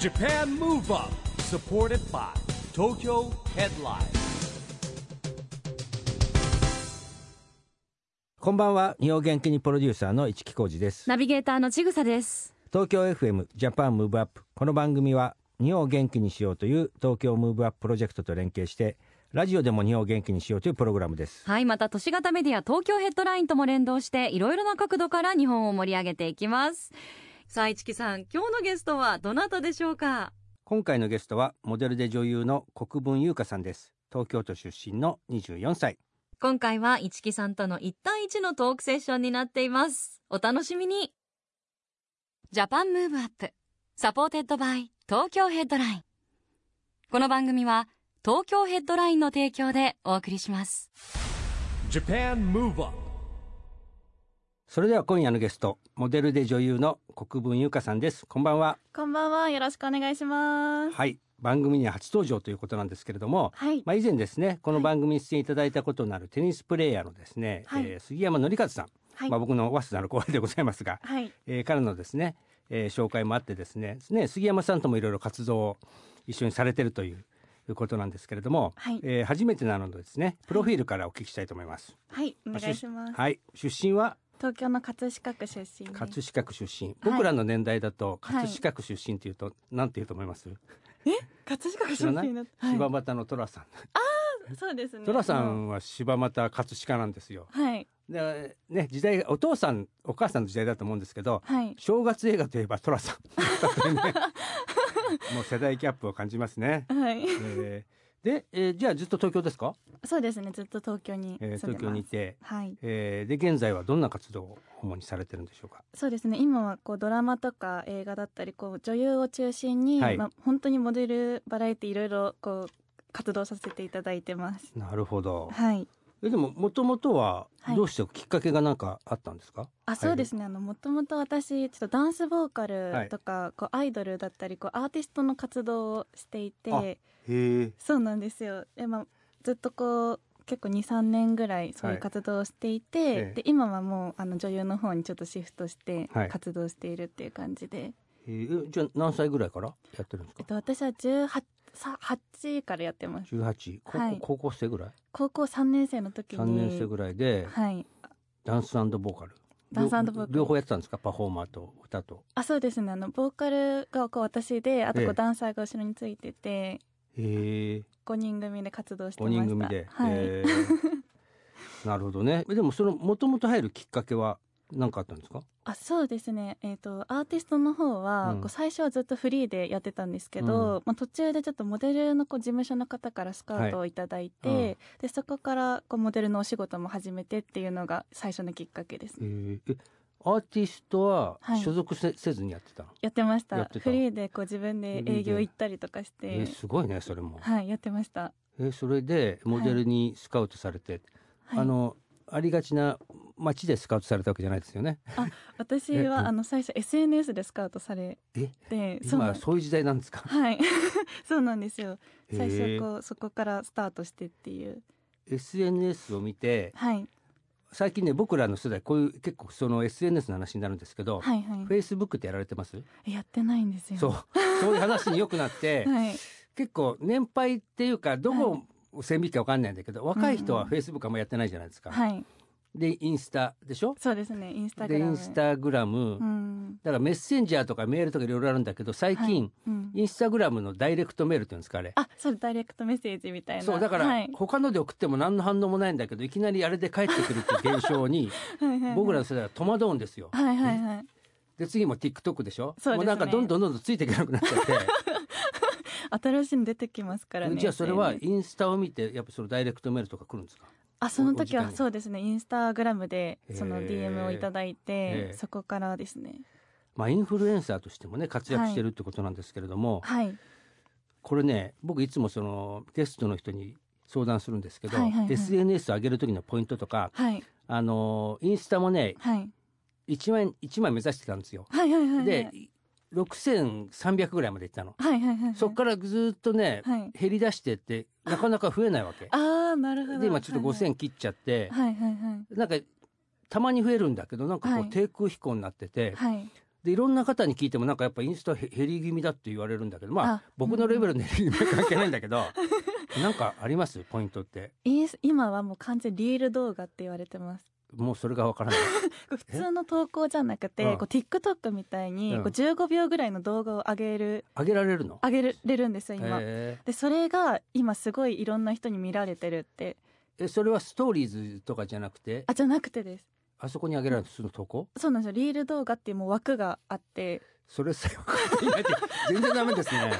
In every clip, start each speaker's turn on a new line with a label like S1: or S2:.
S1: JAPAN MOVE UP SUPPORTED BY TOKYO HEADLINE
S2: こんばんは日本元気にプロデューサーの市木浩司です
S3: ナビゲーターのちぐさです。
S2: 東京 FM ジャパンムーブアップこの番組は日本を元気にしようという東京ムーブアッププロジェクトと連携してラジオでも日本を元気にしようというプログラムです
S3: はい、また都市型メディア東京ヘッドラインとも連動して、いろいろな角度から日本を盛り上げていきます。さあ、市木さん、今日のゲストはどなたでしょうか
S2: 今回のゲストはモデルで女優の国分優香さんです東京都出身の24歳
S3: 今回は市木さんとの1対1のトークセッションになっています。お楽しみにジャパンムーブアップサポーテッドバイ東京ヘッドラインこの番組は東京ヘッドラインの提供でお送りします。
S1: JAPAN MOVE UP
S2: それでは今夜のゲストモデルで女優の国分優香さんですこんばんは
S4: こんばんは、よろしくお願いします。
S2: はい番組には初登場ということなんですけれども
S4: はい、
S2: まあ、以前ですねこの
S4: はい
S2: 番組に出演いただいたことのあるテニスプレーヤーのですね、
S4: はい
S2: えー杉山紀一さん、
S4: はい
S2: まあ、、僕の早稲田の後輩でございますが、
S4: はい、
S2: えーからのですね、えー紹介もあってですねね杉山さんともいろいろ活動を一緒にされてるといういうことなんですけれども、
S4: はい
S2: えー初めてなのでですねプロフィールからお聞きしたいと思います。
S4: はい、お
S2: まあ
S4: 願いします。
S2: はい、出身は
S4: 東京の葛飾区出身です。
S2: 葛飾区出身、僕らの年代だと
S4: はい
S2: 葛飾区出身っていうと、なんていうと思います、
S4: 葛飾区
S2: 知ら
S4: 出
S2: ない
S4: 身だった。はい
S2: 柴又の寅さん
S4: そうですね。
S2: 寅さ
S4: あの。
S2: んは柴又葛飾なんですよ。
S4: はい、
S2: でね時代がお父さんお母さんの時代だと思うんですけど
S4: はい、
S2: 正月映画といえば寅さん 本当にねもう世代ギャップを感じますね、
S4: はい、
S2: えーで、えーじゃあずっと東京ですか、
S4: そうですね。ずっと東京に住んで
S2: えー
S4: ます。
S2: 東京にいて、
S4: はい、
S2: えーで現在はどんな活動を主にされてるんでしょうか
S4: そうですね。今はこうドラマとか映画だったり、こう女優を中心に、
S2: はい
S4: まあ本当にモデル、バラエティいろいろこう活動させていただいてます。
S2: なるほど、
S4: はい。
S2: えでももともとは
S4: はい
S2: どうしてきっかけが何かあったんですか、
S4: あそうですねあのもともと私ちょっとダンスボーカ
S2: はい
S4: ルとか、こうアイドルだったりこうアーティストの活動をしてい
S2: あ
S4: て
S2: へえ
S4: そうなんですよで、まあ、ずっとこう結構23年ぐらいそう
S2: は
S4: い
S2: いう
S4: 活動をしていて、
S2: ええ
S4: で今はもうあの女優の方にちょっとシフトして
S2: はい
S4: 活動しているっていう感じで、
S2: じゃあ何歳ぐらいからやってるんです
S4: えっ
S2: か
S4: と、私は18さ8からやってます
S2: 18高校,、
S4: はい
S2: 高校生ぐらい
S4: 高校3年生の時に
S2: 3年生ぐらいで
S4: はい
S2: ダンスボーカル
S4: ダンスボーカル
S2: 両両方やってたんですかパフォーマーと歌と
S4: あそうですねあのボーカルがこう私であとこ
S2: ええ
S4: うダンサーが後ろについてて、
S2: へえ
S4: 五人組で活動して
S2: 5
S4: ました。
S2: 人組で、
S4: はい。
S2: へえなるほどねでもそのもともと入るきっかけは何かあったんですか
S4: あ、そうですね。えっ、とアーティストの方は、
S2: うん
S4: こう最初はずっとフリーでやってたんですけど、まあ途中でちょっとモデルのこう事務所の方からスカウトをいただいて、
S2: はいうん
S4: でそこからこうモデルのお仕事も始めてっていうのが最初のきっかけです。
S2: へええアーティストは
S4: はい
S2: 所属せ,、せずにやってたの
S4: やってまし
S2: や
S4: た
S2: ってた
S4: フリーでこう自分で
S2: フリーで
S4: 営業行ったりとかし
S2: え
S4: て、
S2: すごいねそれも、
S4: はい、やってました。
S2: えそれでモデルにスカウトされて、
S4: はい、
S2: あのありがちな街でスカウトされたわけじゃないですよね
S4: 私
S2: えうん
S4: はあの最初 SNS でスカウトされ
S2: え
S4: て、そうな
S2: 今そういう時代なん ですか
S4: はいそうなんですよ。最
S2: へ
S4: 初
S2: え
S4: こうそこからスタートしてっていう
S2: SNS を見て
S4: はい
S2: 最近ね僕らの世代こういう結構その SNS の話になるんですけど、
S4: はいは
S2: Facebook ってやられてます
S4: いやってないんですよ
S2: そうそういう話によくなっ て、
S4: はい
S2: 結構年配っていうかどこを線引きかわかんないんだけど、若い人は
S4: うん
S2: Facebook あんまやってないじゃないですか、
S4: はい
S2: でインスタでしょ
S4: そうですねインスタグ
S2: でイ
S4: ラム
S2: ンスタグラム、
S4: うん
S2: だからメッセンジャーとかメールとかいろいろあるんだけど最近、
S4: うん
S2: インスタグラムのダイレクトメールっていうんですかあれ
S4: あそうダイレクトメッセージみたいな
S2: そうだから、
S4: はい
S2: 他ので送っても何の反応もないんだけどいきなりあれで返ってくるっていう現象 に
S4: はいはいはい
S2: 僕らの世代は戸惑うんですよ。
S4: はいはいはい
S2: で次も TikTok でしょ
S4: そうですね
S2: もうなんかどんどんどんどんついていけなくなっちゃ って、
S4: 新しいの出てきますからね
S2: じゃあそれは
S4: SNS
S2: インスタを見てやっぱそのダイレクトメールとか来るんですか
S4: あその時
S2: お時間
S4: は
S2: に
S4: そうですねインスタグラムでその
S2: へえ
S4: DM をいただい
S2: へ
S4: て
S2: え
S4: そこからですね
S2: まあインフルエンサーとしてもね活躍してるってことなんですけれども、
S4: はい
S2: これね僕いつもそのゲストの人に相談するんですけど、
S4: はいはいはい
S2: SNS 上げる時のポイントとか
S4: はい
S2: あのインスタもね
S4: はい
S2: 1万一枚目指してたんですよ。
S4: はいはいはい
S2: で6300ぐらいまでいったの。
S4: はいはいはい
S2: そっからずっとね、
S4: はい
S2: 減り出してってなかなか増えないわけ。
S4: ああなるほど
S2: で今ちょっと
S4: はい
S2: 5000切っちゃって、
S4: はいはいはい
S2: なんかたまに増えるんだけどなんかこう
S4: はい
S2: 低空飛行になってて、
S4: はい
S2: でいろんな方に聞いてもなんかやっぱインスタへ減り気味だって言われるんだけどまあ
S4: あ
S2: 僕のレベルの減り気味は関係ないんだけどなんかありますポイントって
S4: インス今はもう完全にリール動画って言われてます
S2: もうそれがわからない
S4: こう普通の投稿じゃなく
S2: う
S4: て
S2: ん
S4: こう TikTok みたいに
S2: う
S4: こ
S2: ん
S4: う15秒ぐらいの動画を上げる
S2: 上げられるの
S4: 上げるれるんですよ今、
S2: え
S4: でそれが今すごいいろんな人に見られてるって
S2: えそれはストーリーズとかじゃなくて
S4: あじゃなくてです
S2: あそこに上げられるその投稿
S4: そうなんですよリール動画っていうもう枠があって
S2: それさえわかんない って全然ダメですね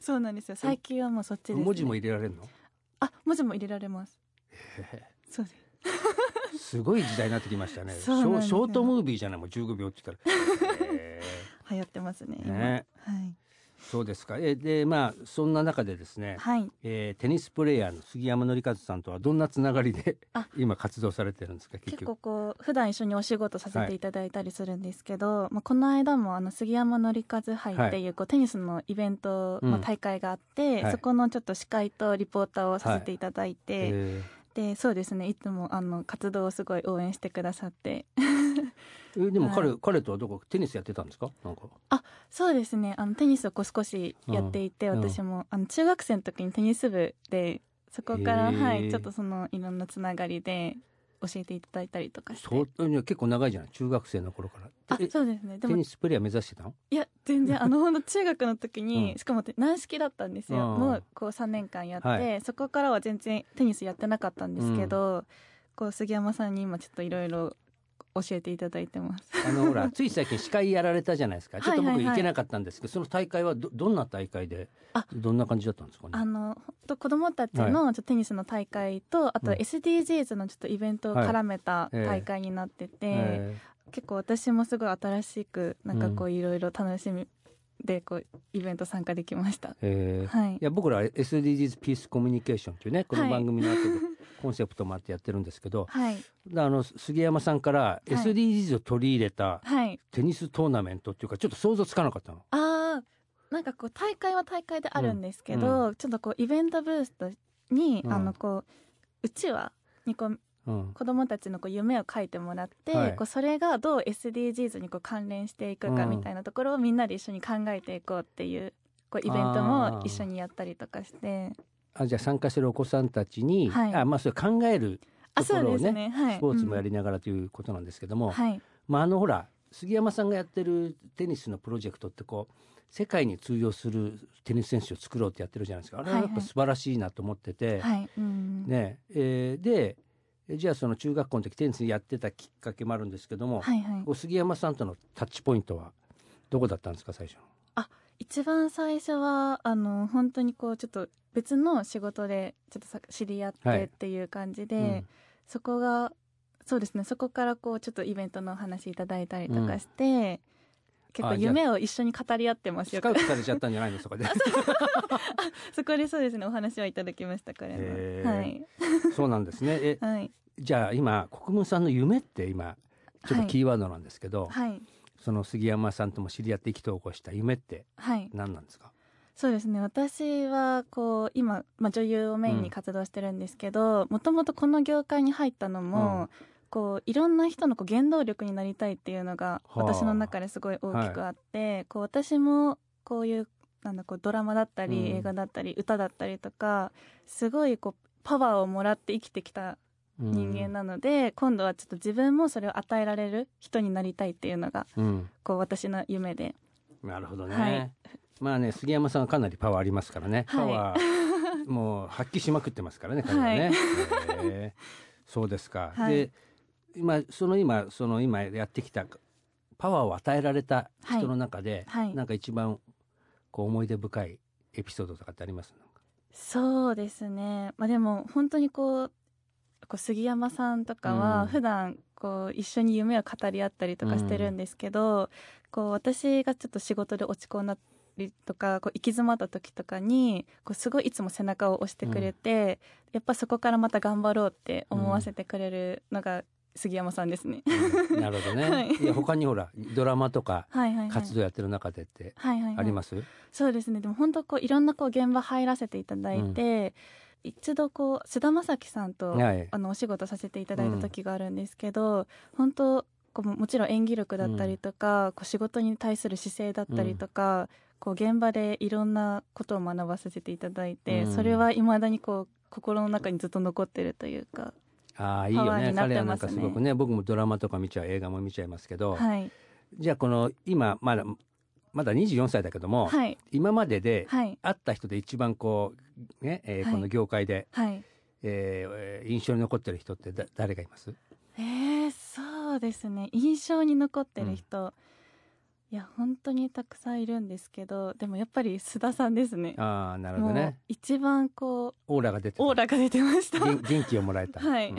S4: そうなんですよ最近はもうそっちです、ね、
S2: 文字も入れられるの
S4: あ文字も入れられます
S2: へ
S4: そうです
S2: えすごい時代になってきましたねシ
S4: そうなん
S2: ョ
S4: です
S2: シ
S4: よ
S2: ョートムービーじゃないもう15秒って言ったらへ
S4: 流行ってますね
S2: え
S4: 今
S2: ねそうですかえでまあそんな中でですね、
S4: はい、はい、
S2: えーテニスプレーヤーの杉山紀一さんとはどんなつながりで
S4: あ
S2: 今活動されてるんですか結
S4: 結
S2: 局
S4: 構こう普段一緒にお仕事させていただいたりするんですけど、まあ、この間もあの杉山紀一杯っていうこうテニスのイベント、
S2: うん
S4: まあ、大会があって、
S2: はい
S4: そこのちょっと司会とリポーターをさせていただいて、
S2: え
S4: でそうですねいつもあの活動をすごい応援してくださって
S2: ーえでも彼、
S4: は
S2: 彼とはどこテニスやってたんですかなんか
S4: そうですねあのテニスをこう少しやっていて、
S2: うん
S4: 私もあの中学生の時にテニス部でそこから、
S2: へー
S4: はいちょっとそのいろんなつながりで教えていただいたりとかして
S2: 相当に結構長いじゃない中学生の頃から
S4: あ
S2: でえ
S4: そうですねで
S2: テ
S4: も
S2: ニスプレーヤー目指してたの
S4: いや全 然あのほんと中学の時に、
S2: うん
S4: しかも軟式だったんですよ、
S2: うん
S4: もうこう3年間やって、
S2: はい
S4: そこからは全然テニスやってなかったんですけど、こう杉山さんに今ちょっといろいろ教えていただいてます
S2: あのほ らつい最近司会やられたじゃないですかちょっと
S4: はい
S2: 僕
S4: はいは
S2: 行
S4: い
S2: けなかったんですけど、その大会はどどんな大会で
S4: あ
S2: どんな感じだったんですかね
S4: あのほんと子どもたちのちょっとテニスの大会と、あと
S2: うん
S4: SDGs のちょっとイベントを絡めた
S2: ええ
S4: 大会になってて、
S2: え
S4: 結構私もすごい新しくなんかこういろいろ楽しみでこうイベント参加できました
S2: ー。えー
S4: はい
S2: い、や僕ら SDGs ピースコミュニケーションというねこの
S4: はい
S2: 番組の後 でコンセプトもあってやってるんですけど、
S4: はい
S2: であの杉山さんから
S4: い
S2: SDGs を取り入れた
S4: はい
S2: テニストーナメントっていうかちょっと想像つかなかったの。
S4: あーなんかこう大会は大会であるんですけど、ちょっとこうイベントブーストに、
S2: うん
S4: あのこううちわにこう
S2: うん、
S4: 子どもたちのこう夢を書いてもらって、
S2: はい
S4: こうそれがどう SDGs にこう関連していくか
S2: うん
S4: みたいなところをみんなで一緒に考えていこうっていうこうイベントも一緒にやったりとかして
S2: あじゃあ参加してるお子さんたちに、
S4: はい
S2: あまあそれ考える
S4: あ
S2: とこ
S4: そう
S2: ろを
S4: で
S2: ね
S4: すねはい
S2: スポーツもや
S4: り、
S2: りながらということなんですけども、
S4: うんはい
S2: まああのほら杉山さんがやってるテニスのプロジェクトってこう世界に通用するテニス選手を作ろうってやってるじゃないですかあれはやっぱ素晴らしいなと思ってて、
S4: はいうん
S2: ねえーでえじゃあその中学校の時テニスやってたきっかけもあるんですけども、
S4: はいはい
S2: こう杉山さんとのタッチポイントはどこだったんですか最初の
S4: 一番最初はあの本当にこうちょっと別の仕事でちょっとさ知り合っ
S2: はい
S4: てっていう感じで、
S2: うん
S4: そこがそうですねそこからこうちょっとイベントのお話いただいたりとかして、結構
S2: あじゃあ
S4: 夢を一緒に語り合ってます
S2: ス
S4: よ
S2: カウトされちゃったんじゃないのそこで
S4: そこでそうですねお話はいただきましたから
S2: へ
S4: ね
S2: ー
S4: はい
S2: そうなんですねえ
S4: はい
S2: じゃあ今国分さんの夢って今ちょっとキーワードなんですけど、
S4: はい
S2: その杉山さんとも知り合って意気投合した夢って
S4: はい
S2: 何なんですか
S4: そうですね私はこう今、まあ、女優をメインに活動してるんですけどもともとこの業界に入ったのも、
S2: うん
S4: こういろんな人のこう原動力になりたいっていうのが
S2: はあ
S4: 私の中ですごい大きくあって、こう私もこういうなんだこうドラマだったり、
S2: うん
S4: 映画だったり歌だったりとかすごいこうパワーをもらって生きてきた
S2: うん
S4: 人間なので、今度はちょっと自分もそれを与えられる人になりたいっていうのが
S2: うん
S4: こう私の夢で
S2: なるほどね、
S4: はい
S2: まあね杉山さんはかなりパワーありますからね、
S4: は
S2: パ
S4: い
S2: ワ ーもう発揮しまくってますからね彼はね、へえそうですか、
S4: はい
S2: で今その今その今やってきたパワーを与えられた人の中で、
S4: はい
S2: なんか一番こう思い出深いエピソードとかってあります
S4: そうですね、まあ、でも本当にこうこう杉山さんとか
S2: う
S4: は
S2: ん
S4: 普段こう一緒に夢を語り合ったりとかしてるんですけど、こう私がちょっと仕事で落ち込んだりとかこう行き詰まった時とかにこうすごいいつも背中を押してくれて、やっぱそこからまた頑張ろうって思わせてくれるのが杉山さんですね。
S2: うんなるほどね、
S4: はい
S2: いや他にほらドラマとか
S4: はいはいはい、
S2: 活動やってる中でって
S4: はいはいはい
S2: あります、
S4: そうですねでも本当こういろんなこう現場入らせていただいて、一度こう菅田将暉さんと
S2: はい
S4: あのお仕事させていただいた時があるんですけど、本当こうもちろん演技力だったりとか、こう仕事に対する姿勢だったりとか、こう現場でいろんなことを学ばさせていただいて、
S2: うん
S4: それはいまだにこう心の中にずっと残ってるというか、
S2: ああいいよ
S4: パワー
S2: ね
S4: になってますね
S2: 彼はなんかすごくね僕もドラマとか見ちゃう映画も見ちゃいますけど、
S4: はい
S2: じゃあこの今まだまだ24歳だけども、
S4: はい
S2: 今までで
S4: はい
S2: 会った人で一番こうね、えー
S4: はい
S2: この業界で、
S4: はい。
S2: えー印象に残ってる人ってだ誰がいます
S4: えー、そうですね印象に残ってる人、いや本当にたくさんいるんですけどでもやっぱり須田さんですね
S2: ああなるほ
S4: も
S2: ど
S4: う
S2: ね
S4: 一番こう
S2: オーラが出てた
S4: オーラが出てました
S2: 元元気をもらえた。
S4: はい
S2: うん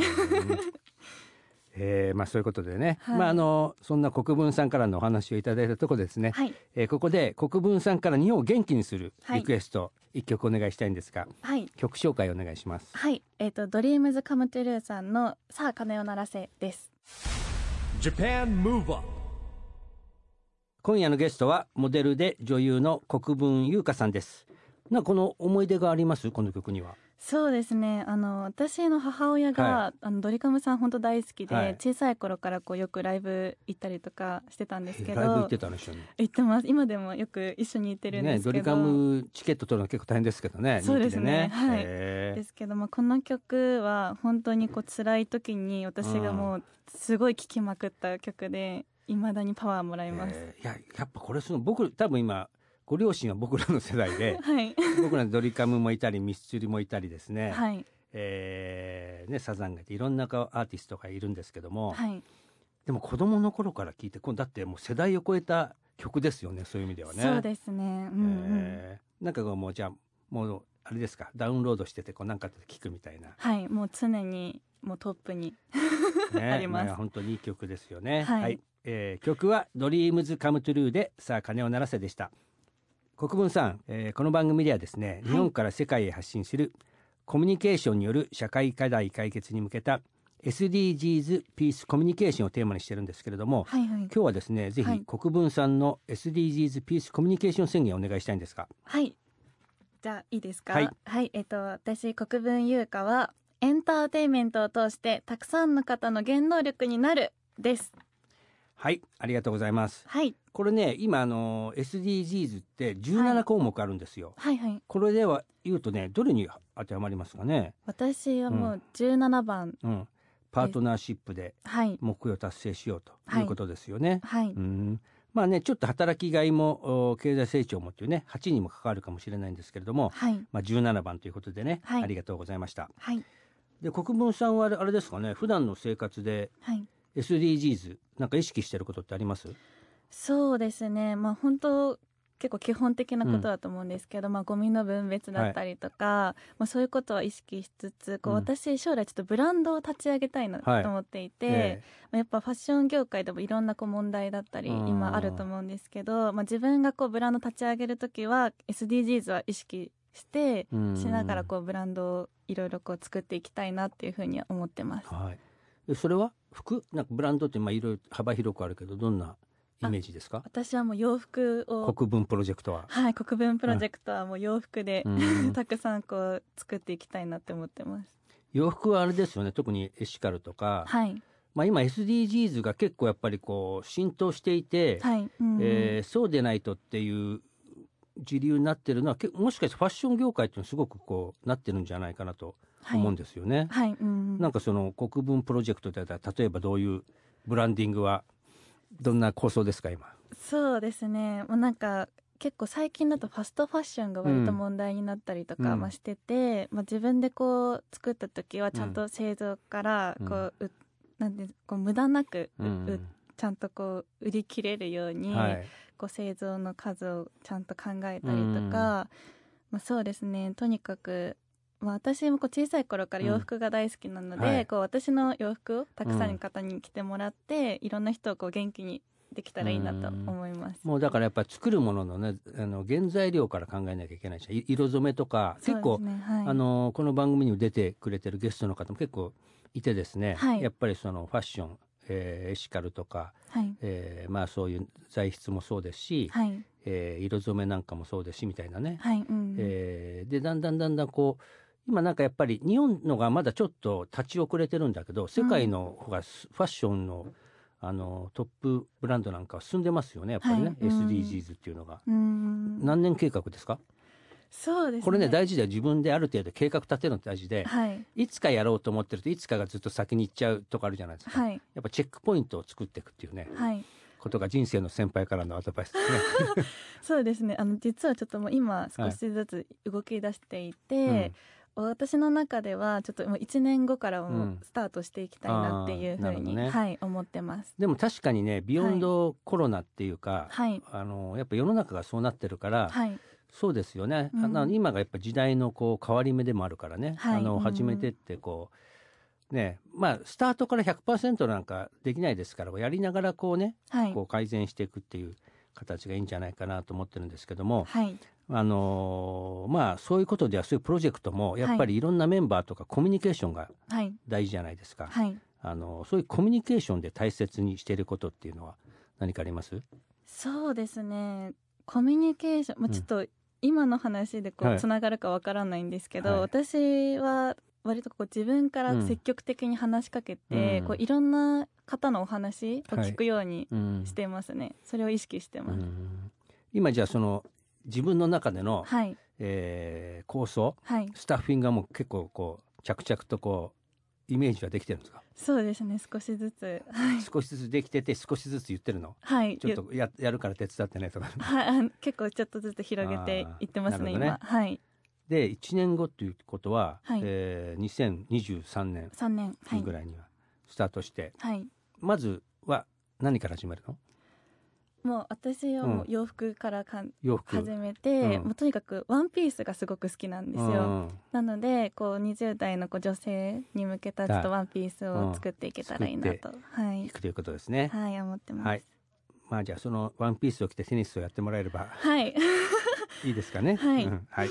S2: えーまあそういうことでね、
S4: はい
S2: まああのそんな国分さんからのお話をいただいたところですね、
S4: はい
S2: えーここで国分さんから日本を元気にする
S4: はい
S2: リクエスト一曲お願いしたいんですが、
S4: はい
S2: 曲紹介お願いします。
S4: はいえっ、と「ドリームズカムトゥルーさんの「さあ鐘を鳴らせ」です。
S1: Japan Move Up,
S2: 今夜のゲストはモデルで女優の国分優香さんです。なこの思い出がありますこの曲には。
S4: そうですねあの私の母親が、
S2: は
S4: あのドリカムさん本当大好きで、
S2: はい
S4: 小さい頃からこうよくライブ行ったりとかしてたんですけど
S2: ライブ行ってたの一緒に。
S4: 行ってます今でもよく一緒に行ってるんで
S2: ね
S4: すけど、
S2: ドリカムチケット取るの結構大変ですけどね。
S4: そうですね
S2: 人気で
S4: はい
S2: へー
S4: ですけどもこの曲は本当にこう辛い時に私がもうすごい聴きまくった曲でいまだにパワーもらいます、
S2: えーいややっぱこれその僕多分今ご両親は僕らの世代 で
S4: はい
S2: 僕らのドリカムもいたりミスチルもいたりですね,、
S4: はい
S2: えーねサザンがいていろんな顔アーティストがいるんですけども、
S4: はい、
S2: でも子供の頃から聞いてこうだってもう世代を超えた曲ですよねそういう意味ではね。
S4: そうですねうんうん、
S2: えーなんかこうもうじゃあもうあれですかダウンロードしててこうなんかって聞くみたいな、
S4: はいもう常にもうトップに
S2: ね
S4: あります
S2: あ本当にいい曲ですよね。
S4: はい
S2: えー曲はドリームズカムトゥルーでさあ鐘を鳴らせでした。国分さん、えーこの番組ではですね、
S4: はい
S2: 日本から世界へ発信するコミュニケーションによる社会課題解決に向けた SDGs ピースコミュニケーションをテーマにしてるんですけれども、
S4: はいはい
S2: 今日はですね、ぜ
S4: は
S2: ひ
S4: い
S2: 国分さんの SDGs ピースコミュニケーション宣言をお願いしたいんですが、
S4: はいじゃあいいですか
S2: はい
S4: えっと私国分優香はエンターテインメントを通してたくさんの方の原動力になるです
S2: はい、ありがとうございます。
S4: はい
S2: これね今あの SDGs って
S4: は
S2: 17
S4: い
S2: 項目あるんですよ、
S4: はいはい
S2: これでは言うとねどれに当てはまりますかね、
S4: 私はもう17番、
S2: うん、パートナーシップで
S4: はい
S2: 目標を達成しようと
S4: はい
S2: いうことですよね、
S4: はい、
S2: うんまあねちょっと働きがいもお経済成長もっていうね8にも関わるかもしれないんですけれども、
S4: はい
S2: まあ、17番ということでね、
S4: はい
S2: ありがとうございました
S4: はい
S2: で国分さんはあれあれですかね普段の生活で
S4: はい
S2: SDGs なんか意識してることってあります
S4: そうですねまあ本当結構基本的なことだと思うんですけど、まあゴミの分別だったりとか、まあそういうことは意識しつつこう
S2: うん
S4: 私将来ちょっとブランドを立ち上げたいなと
S2: はい
S4: 思っていて、
S2: え
S4: まあやっぱファッション業界でもいろんなこう問題だったり
S2: うん
S4: 今あると思うんですけど、まあ自分がこうブランド立ち上げるときは SDGs は意識して
S2: えうん
S4: しながらこうブランドをいろいろこう作っていきたいなっていうふうには思ってます。
S2: はい。でそれは服なんかブランドってまあいろいろ幅広くあるけどどんなイメージですか？
S4: 私はもう洋服を
S2: 国分プロジェクトは。
S4: はい、国分プロジェクトはもう洋服で、
S2: うん
S4: たくさんこう作っていきたいなって思ってます。
S2: 洋服はあれですよね。特にエシカルとか、
S4: はい、
S2: まあ今 SDGs が結構やっぱりこう浸透していて、
S4: はい、うん
S2: えーそうでないとっていう時流になってるのはけもしかしてファッション業界っていうのはすごくこうなってるんじゃないかなと
S4: はい、
S2: 思うんですよね。
S4: はい、うん
S2: なんかその国分プロジェクトであったら例えばどういうブランディングはどんな構想ですか今？
S4: そうですね。もうなんか結構最近だとファストファッションが割と問題になったりとか、
S2: うん
S4: まあしてて、まあ自分でこう作った時はちゃんと製造からこう、うなんてこう無駄なく、ううちゃんとこう売り切れるように、
S2: はい。
S4: こう製造の数をちゃんと考えたりとか、まあ、そうですねとにかく、まあ、私もこう小さい頃から洋服が大好きなので、
S2: うんはい
S4: こう私の洋服をたくさんの方に着てもらって、いろんな人をこう元気にできたらいいなと思います。
S2: もうだからやっぱり作るもののねあの原材料から考えなきゃいけないじゃんい色染めとか
S4: そう
S2: 結
S4: です
S2: 構、
S4: ねはい、
S2: あのこの番組にも出てくれてるゲストの方も結構いてですね、
S4: はい
S2: やっぱりそのファッション、えーエシカルとか、
S4: はい
S2: えーまあそういう材質もそうですし、
S4: はい
S2: えー色染めなんかもそうですしみたいなね、
S4: はいうん
S2: えーでだんだんだんだんこう今なんかやっぱり日本のがまだちょっと立ち遅れてるんだけど世界の方がすファッションのあのトップブランドなんかは進んでますよねやっぱりね、
S4: はいうん
S2: SDGs っていうのが。
S4: うん
S2: 何年計画ですか
S4: そうですね
S2: これね大事だよ自分である程度計画立てるのって大事で、
S4: はい
S2: い、つかやろうと思ってるといつかがずっと先に行っちゃうとかあるじゃないですか、
S4: はい
S2: やっぱチェックポイントを作っていくっていうね
S4: はい
S2: ことが人生の先輩からのアドバイスですね。
S4: そうですねあの実はちょっともう今少しずつ動き出していて、私の中ではちょっともう1年後から
S2: う
S4: も
S2: ん
S4: うスタートしていきたいなっていうふう
S2: あーなるほ
S4: に、
S2: どね
S4: はい思ってます
S2: でも確かにねビヨンドコロナっていうか、
S4: はい
S2: あのやっぱ世の中がそうなってるから、
S4: はい
S2: そうですよね、あの
S4: うん
S2: 今がやっぱ時代のこう変わり目でもあるからね、
S4: はい
S2: あ
S4: うん
S2: の始めてってこうねまあスタートから100%なんかできないですからやりながらこうね
S4: はい
S2: こう改善していくっていう形がいいんじゃないかなと思ってるんですけども、
S4: はい
S2: あのーまあそういうことではそういうプロジェクトもやっぱりいろんなメンバーとかコミュニケーションが
S4: はい
S2: 大事じゃないですか、
S4: はい
S2: あのそういうコミュニケーションで大切にしていることっていうのは何かあります
S4: そうですねコミュニケーション、ま
S2: うん
S4: あ、ちょっと今の話でこ
S2: はいう
S4: つながるかわからないんですけど、
S2: はい
S4: 私は割とこう自分から積極的に話しかけて、
S2: うん
S4: こういろんな方のお話を聞くように
S2: うん
S4: してますね、それを意識して
S2: う
S4: ます、
S2: ん今じゃあその自分の中での、
S4: はい
S2: えー構想
S4: はい
S2: スタッフィングがもう結構こう着々とこうイメージはできてるんですか
S4: そうですね少しずつ
S2: 少しずつできてて少しずつ言ってるの
S4: はい
S2: ちょっとややるから手伝ってねとか
S4: はいあの結構ちょっとずつ広げていってますね
S2: あーなる
S4: 今
S2: ほ
S4: はい
S2: で1年後ということは、
S4: はい
S2: えー、2023年
S4: 3年はい
S2: ぐらいにはスタートして、
S4: はい
S2: まずは何から始めるの
S4: もう私はもううん洋服からかん
S2: 洋服
S4: 始めて、
S2: うん
S4: もうとにかくワンピースがすごく好きなんですよ、
S2: うん
S4: なのでこう20代のこう女性に向けたちょっとワンピースを作っていけたらいいなと、は
S2: 行
S4: い、
S2: くということですね。はい。
S4: はい、思ってます。
S2: まあじゃあそのワンピースを着てテニスをやってもらえれば
S4: はい、
S2: いいですかね。
S4: はい
S2: うんはい。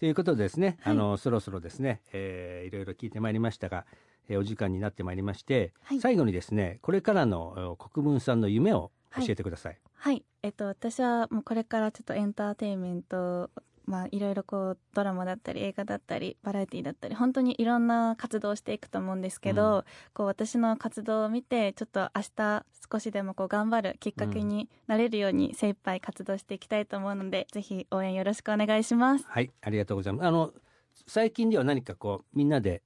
S2: ということでですね、
S4: はい
S2: あのそろそろですね、えーいろいろ聞いてまいりましたが、えーお時間になってまいりまして、
S4: はい
S2: 最後にですね、これからのえー国分さんの夢を教えてください。
S4: はい、えっと私はもうこれからちょっとエンターテインメントまあいろいろこうドラマだったり映画だったりバラエティだったり本当にいろんな活動をしていくと思うんですけど、
S2: う
S4: こう私の活動を見てちょっと明日少しでもこう頑張るきっかけになれるように精一杯活動していきたいと思うので、ぜひ応援よろしくお願いします。
S2: はい、ありがとうございます。あの最近では何かこうみんなで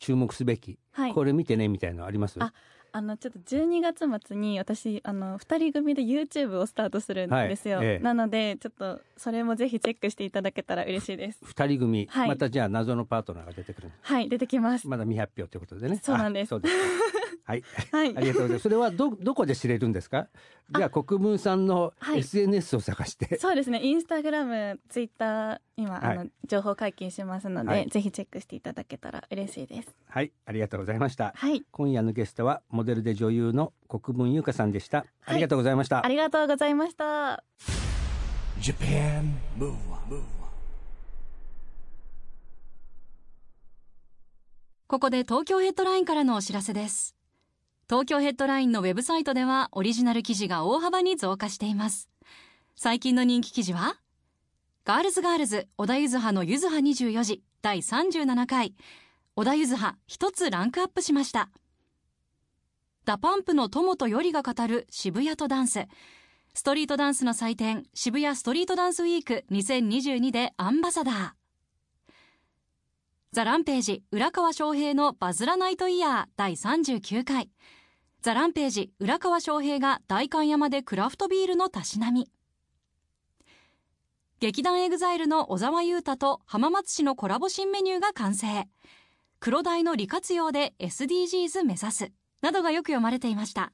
S2: 注目すべき、
S4: はい、
S2: これ見てねみたいなのあります？
S4: ああのちょっと12月末に私あの2人組で YouTube をスタートするんですよ、
S2: はいええ
S4: なのでちょっとそれもぜひチェックしていただけたら嬉しいです
S2: 二人組、
S4: はい
S2: またじゃあ謎のパートナーが出てくるんです。
S4: はい出てきます
S2: まだ未発表ということでね。
S4: そうなんで
S2: あ
S4: す
S2: そうですか。はい。
S4: はい
S2: ありがとうございます。それはど、どこで知れるんですか。じゃあ、国分さんの
S4: はい
S2: SNS を探して。
S4: そうですねインスタグラムツイッター今、
S2: はい
S4: あの情報解禁しますので、
S2: はい
S4: ぜひチェックしていただけたら嬉しいです
S2: はい、ありがとうございました。
S4: はい
S2: 今夜のゲストはモデルで女優の国分優香さんでした。ありがとうございました
S4: あ。りがとうございました
S1: Japan Move Up,
S3: ここで東京ヘッドラインからのお知らせです。東京ヘッドラインのウェブサイトではオリジナル記事が大幅に増加しています。最近の人気記事は、ガールズガールズ小田ゆずはのゆずは24時第37回、小田ゆずは一つランクアップしました。ダパンプの友とよりが語る渋谷とダンス、ストリートダンスの祭典渋谷ストリートダンスウィーク2022でアンバサダー。ザ・ランページ浦川翔平のバズらないとイヤー第39回ザ・ランページ浦川翔平が代官山でクラフトビールのたしなみ劇団エグザイルの小沢優太と浜松市のコラボ新メニューが完成黒鯛の利活用で SDGs 目指すなどがよく読まれていました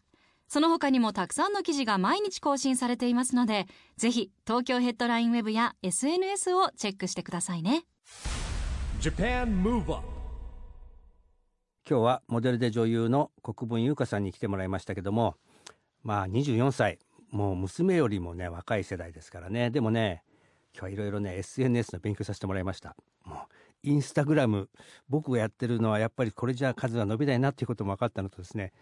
S3: その他にもたくさんの記事が毎日更新されていますのでぜひ東京ヘッドラインウェブや SNS をチェックしてくださいね
S1: Japan Move Up,
S2: 今日はモデルで女優の国分優香さんに来てもらいましたけども。まあ、24歳、もう娘よりもね、若い世代ですからね。でもね。今日はいろいろね、SNS の勉強させてもらいました。もう。インスタグラム僕がやってるのはやっぱりこれじゃ数は伸びないなっていうことも分かったのとですね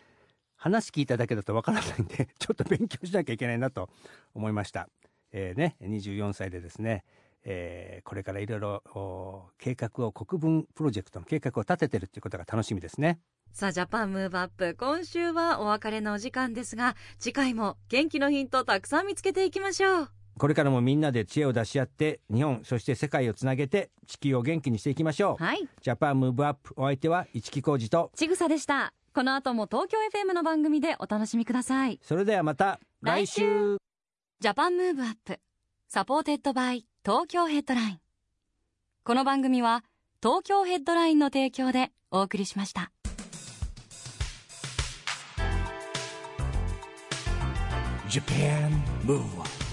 S2: 話聞いただけだと分からないんでちょっと勉強しなきゃいけないなと思いました。えーね、24歳でですね、えーこれからいろいろお計画を国分プロジェクトの計画を立ててるっていうことが楽しみですね。
S3: さあジャパンムーブアップ今週はお別れのお時間ですが次回も元気のヒントをたくさん見つけていきましょう
S2: これからもみんなで知恵を出し合って日本そして世界をつなげて地球を元気にしていきましょう、
S3: はい
S2: ジャパンムーブアップお相手は市木浩二と
S3: ちぐさでしたこの後も東京 FM の番組でお楽しみください
S2: それではまた
S3: 来週
S2: 来週
S3: ジャパンムーブアップサポーテッドバイ東京ヘッドラインこの番組は東京ヘッドラインの提供でお送りしました
S1: Japan Move Up